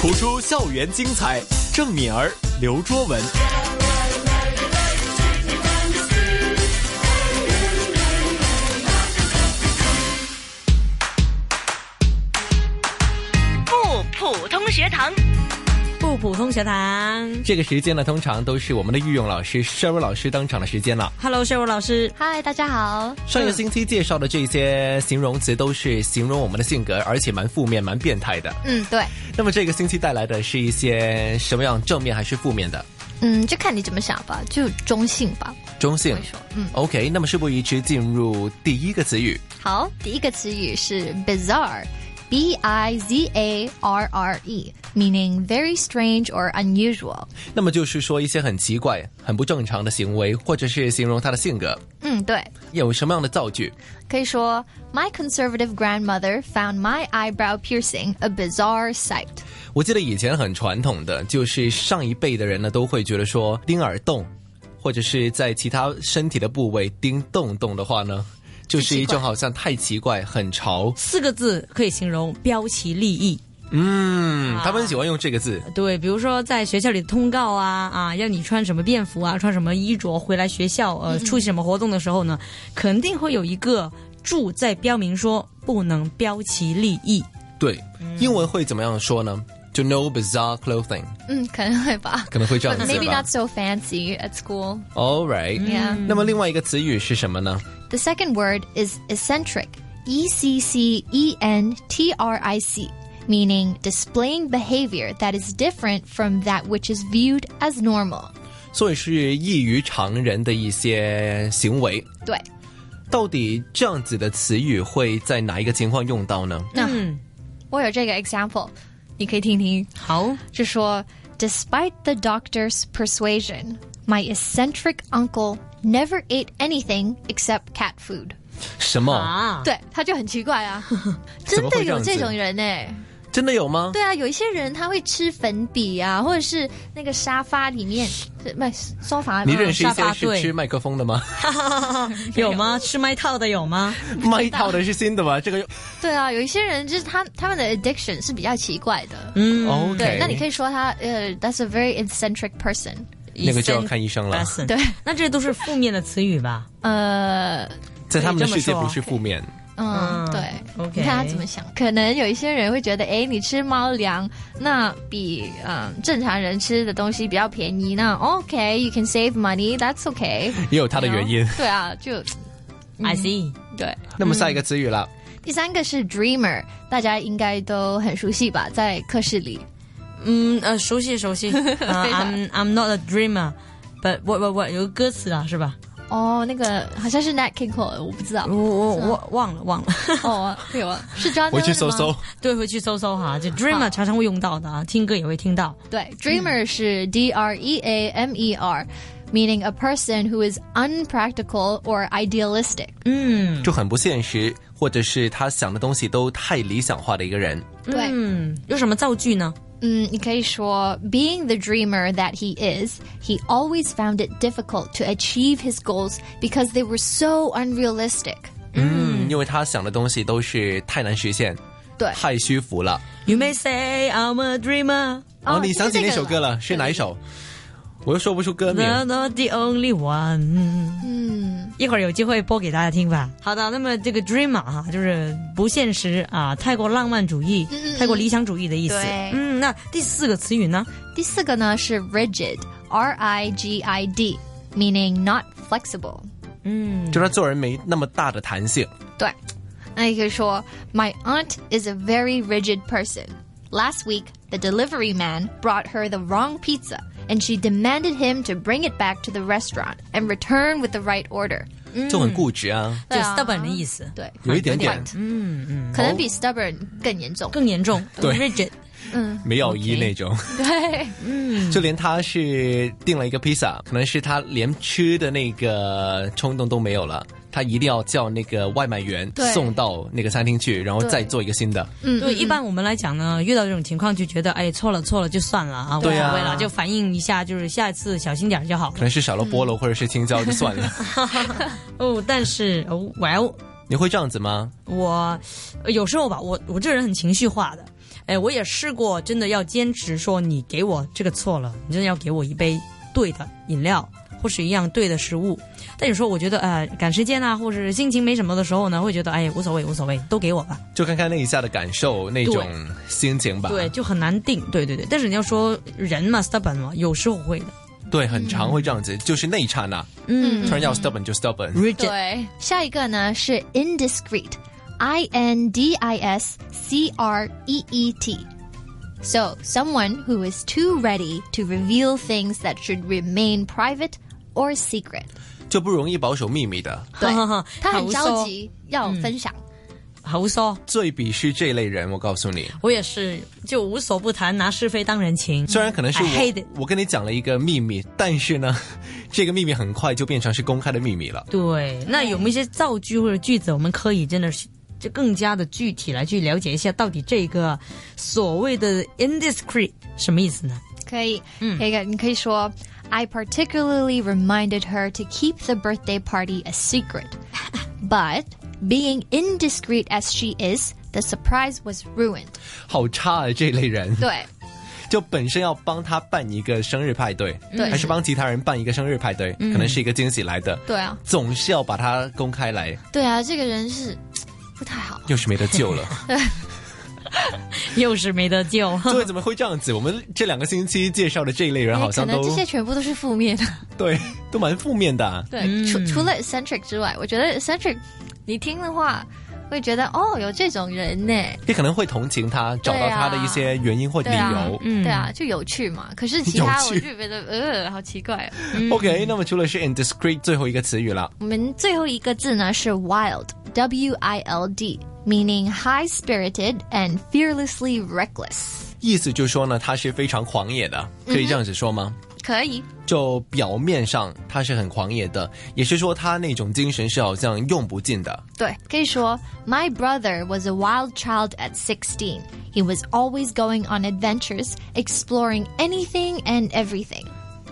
谱出校园精彩，郑敏儿、刘卓文。不普通学堂，不普通学堂。这个时间呢，通常都是我们的御用老师 Sheryl 老师登场的时间了。 Hello，社会老师，嗨，大家好。上个星期介绍的这些形容词都是形容我们的性格，而且蛮负面、蛮变态的。嗯，对，那么这个星期带来的是一些什么样正面还是负面的？嗯，就看你怎么想吧，就中性吧。中性会说。嗯 OK，那么事不宜迟，进入第一个词语。好，第一个词语是 bizarre，b i z a r r e，meaning very strange or unusual。那么就是说一些很奇怪、很不正常的行为，或者是形容他的性格。嗯，对，有什么样的造句？可以说 My conservative grandmother found my eyebrow piercing a bizarre sight。我记得以前很传统的，就是上一辈的人呢，都会觉得说钉耳洞，或者是在其他身体的部位钉洞洞的话呢，就是一种好像太奇怪、很潮。四个字可以形容标奇立异。嗯，他们喜欢用这个字。对，比如说在学校里的通告啊啊，要你穿什么便服啊，穿什么衣着回来学校，呃，出席什么活动的时候呢，肯定会有一个注在标明说不能标奇立异。对，嗯英文会怎么样说呢？就 no bizarre clothing，嗯，可能会吧。可能会这样 But 子 maybe 吧 not。so fancy at school. All right，、 Yeah. 那么另外一个词语是什么呢？ The second word is eccentric, E C C E N T R I C, meaning displaying behavior that is different from that which is viewed as normal. 所以是异于常人的一些行为。对，到底这样子的词语会在哪一个情况用到呢？那嗯，我有这个 example，你可以听听，好，就说 Despite the doctor's persuasion, my eccentric uncle never ate anything except cat food. 什么？啊，对，他就很奇怪啊， 怎真么的会这有样子这种人哎、真的有吗？对啊，有一些人他会吃粉笔啊，或者是那个沙发里面，是不是沙发。你认识一沙些发是对吃麦克风的吗？有吗？吃麦套的有吗？卖套的是新的吧？这个对啊，有一些人就是他他们的 addiction 是比较奇怪的。嗯哦 OK，对，那你可以说他呃，that's a very eccentric person。那个就要看医生了， Lesson 对，那这都是负面的词语吧？呃，在他们的世界可以这么说不是负面。啊嗯，嗯对 OK 你看他怎么想。可能有一些人会觉得，哎，你吃猫粮，那比嗯、呃正常人吃的东西比较便宜，那 OK，you、can save money，that's OK。也有它的原因。对啊，就嗯 I see，对。那么下一个词语啦，第三个是 dreamer，大家应该都很熟悉吧，在课室里。嗯呃，熟悉熟 悉。呃常 I'm I'm not a dreamer。But what what what 有个歌词啊，是吧？哦，那个好像是 Nat King Cole，我不知道我。我我忘了忘了，哦，有啊，是张回去搜搜。。 对，回去搜搜哈，就 dreamer 好常常会用到的啊，听歌也会听到。对，dreamer 是 D R E A M E R，meaning a person who is unpractical or idealistic。嗯，就很不现实，或者是他想的东西都太理想化的一个人。对，嗯，有什么造句呢？嗯，你可以说 being the dreamer that he is, he always found it difficult to achieve his goals because they were so unrealistic。嗯，因为他想的东西都是太难实现，对，太虚浮了。 You may say I'm a dreamer, 哦，你就是想起这那个首歌了？是哪一首？我又说不出歌名。 but not the only one。嗯，一会儿有机会播给大家听吧。好的，那么这个 dreamer 哈，就是不现实啊，太过浪漫主义，太过理想主义的意思嗯对。嗯，那第四个词语呢？第四个呢是 rigid，R I G I D，meaning not flexible。嗯，就他做人没那么大的弹性。对，那也可以说 My aunt is a very rigid person. Last week, the delivery man brought her the wrong pizza, and she demanded him to bring it back to the restaurant and return with the right order. 就很固执啊，就对啊 stubborn 的意思。对，有一点点嗯嗯，可能比 stubborn 更严重。更严重，对 rigid，没有一那种。对，嗯就连他是订了一个披萨，可能是他连吃的那个冲动都没有了，他一定要叫那个外卖员对送到那个餐厅去，然后再做一个新的。对，一般我们来讲呢，遇到这种情况就觉得，哎，错了错了就算了啊，无所对谓啊了，就反应一下，就是下一次小心点儿就好可了。 能是少了菠萝或者是青椒就算了。哦，但是哦，well，你会这样子吗？我呃有时候吧，我我这人很情绪化的，哎，我也试过真的要坚持说，你给我这个错了，你真的要给我一杯对的饮料或是一样对的食物。但有时候我觉得呃赶时间啊，或是心情没什么的时候呢，会觉得哎无所谓无所谓，都给我吧。就看看那一下的感受，那种心情吧。对，就很难定。对对对，但是你要说人嘛，stubborn 嘛，有时候会的。对，很常会这样子，就是那一刹那，嗯突然要 stubborn 就 stubborn。 ，rigid，下一个呢是 indiscreet，I N D I S C R E E T。So someone who is too ready to reveal things that should remain private or secret。就不容易保守秘密的。对他很着好急要分享。好骚，最鄙视这类人，我告诉你。我也是，就无所不谈，拿是非当人情。虽然可能是 I 我 hate it 我跟你讲了一个秘密，但是呢， 这个秘密很快就变成是公开的秘密了。对，那有没有一些造句或者句子，我们可以真的是就更加的具体来去了解一下，到底这个所谓的 indiscreet 什么意思呢？ 可以，可以，你可以说，I particularly reminded her to keep the birthday party a secret, but being indiscreet as she is, the surprise was ruined. 好差啊，这类人，对，就本身要帮他办一个生日派对，对还是帮其他人办一个生日派对，嗯可能是一个惊喜来的，对啊，总是要把它公开来，对啊，这个人是不太好。又是没得救 了。又是没得救。对，怎么会这样子？我们这两个星期介绍的这一类人，好哎可像能都这些全部都是负面的。对，都蛮负面的、啊。对，除除了 eccentric 之外，我觉得 eccentric，你听的话会觉得哦，有这种人呢。也可能会同情他，找到他的一些原因或理啊对啊由，。嗯对啊，就有趣嘛。可是其他我有就趣觉得呃，好奇怪哦。 OK，那么除了是 indiscreet 最后一个词语了，我们最后一个字呢是 wild，w i l d，meaning high spirited and fearlessly reckless。意思就是说呢，他是非常狂野的，可以这样子说吗？可以，就表面上他是很狂野的，也是说他那种精神是好像用不尽的。对，可以说 My brother was a wild child at sixteen. He was always going on adventures, exploring anything and everything.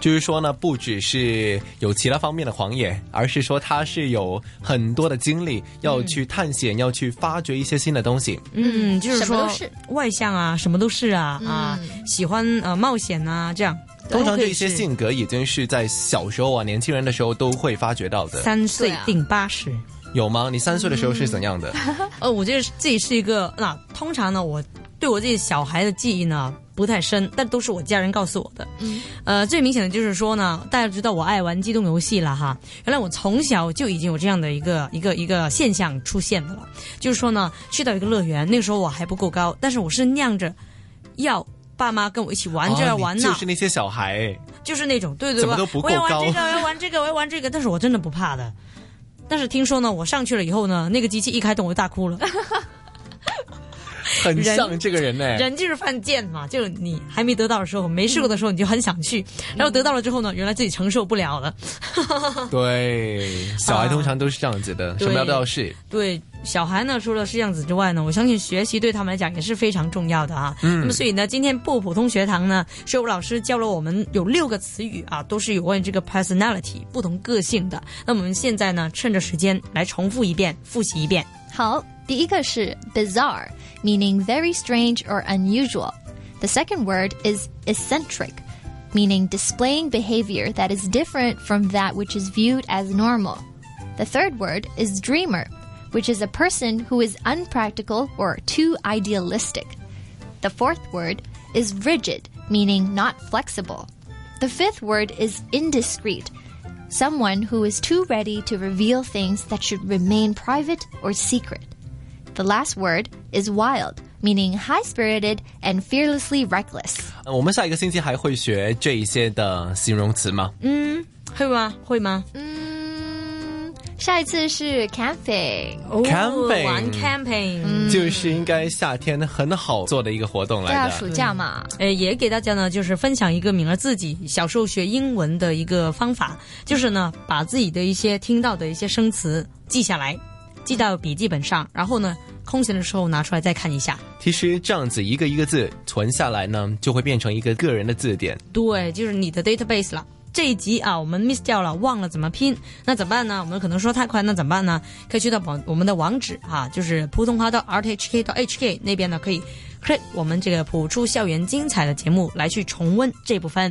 就是说呢，不只是有其他方面的狂野，而是说他是有很多的精力要去探险，要去发掘一些新的东西。 嗯，就是什么说都是嗯外向啊，什么都是啊、啊，喜欢呃冒险啊，这样。通常都可这以一些是性格已经是在小时候啊，年轻人的时候都会发掘到的，三嗯岁对啊定八十。有吗？你三岁的时候是怎样的？呃，我觉得自己是一个，那、通常呢，我对我自己小孩的记忆呢不太深，但都是我家人告诉我的。嗯，呃，最明显的就是说呢，大家知道我爱玩机动游戏了哈，原来我从小就已经有这样的一个一个一个现象出现的了，就是说呢，去到一个乐园，那个时候我还不够高，但是我是酿着要。爸妈跟我一起玩这啊儿你玩那就儿，是那些小孩，就是那种对对怎么吧都不够我要玩高这个，我要玩这个，我要玩这个，但是我真的不怕的。但是听说呢，我上去了以后呢，那个机器一开动我就大哭了。很像这个人呢、人就是犯贱嘛，就是你还没得到的时候，没试过的时候，你就很想去，然后得到了之后呢，原来自己承受不了了。对，小孩通常都是这样子的，什么样都要试。对小孩呢，除了是这样子之外呢，我相信学习对他们来讲也是非常重要的啊。嗯，那么所以呢，今天不普通学堂呢，学武老师教了我们有六个词语啊，都是有关于这个 personality 不同个性的。那我们现在呢，趁着时间来重复一遍，复习一遍。好，第一个是 bizarre, meaning very strange or unusual. The second word is eccentric, meaning displaying behavior that is different from that which is viewed as normal. The third word is dreamer, which is a person who is unpractical or too idealistic. The fourth word is rigid, meaning not flexible. The fifth word is indiscreet, someone who is too ready to reveal things that should remain private or secret. The last word is wild, meaning high spirited and fearlessly reckless. 呃我们下一个星期还会学这一些的形容词吗？嗯会吗？会吗？Hmm, 下一次是 camping，哦 Camping 玩 camping，就是应该夏天很好做的一个活动来的。对啊，暑假嘛。呃，也给大家呢，就是分享一个敏儿自己小时候学英文的一个方法，就是呢，把自己的一些听到的一些生词记下来，记到笔记本上，然后呢，空闲的时候拿出来再看一下。其实这样子一个一个字存下来呢，就会变成一个个人的字典。对，就是你的 database 了。这一集啊，我们 miss 掉了，忘了怎么拼，那怎么办呢？我们可能说太快，那怎么办呢？可以去到网我们的网址啊，就是普通话到 rthk 到 hk 那边呢，可以 click 我们这个普出校园精彩的节目来去重温这部分。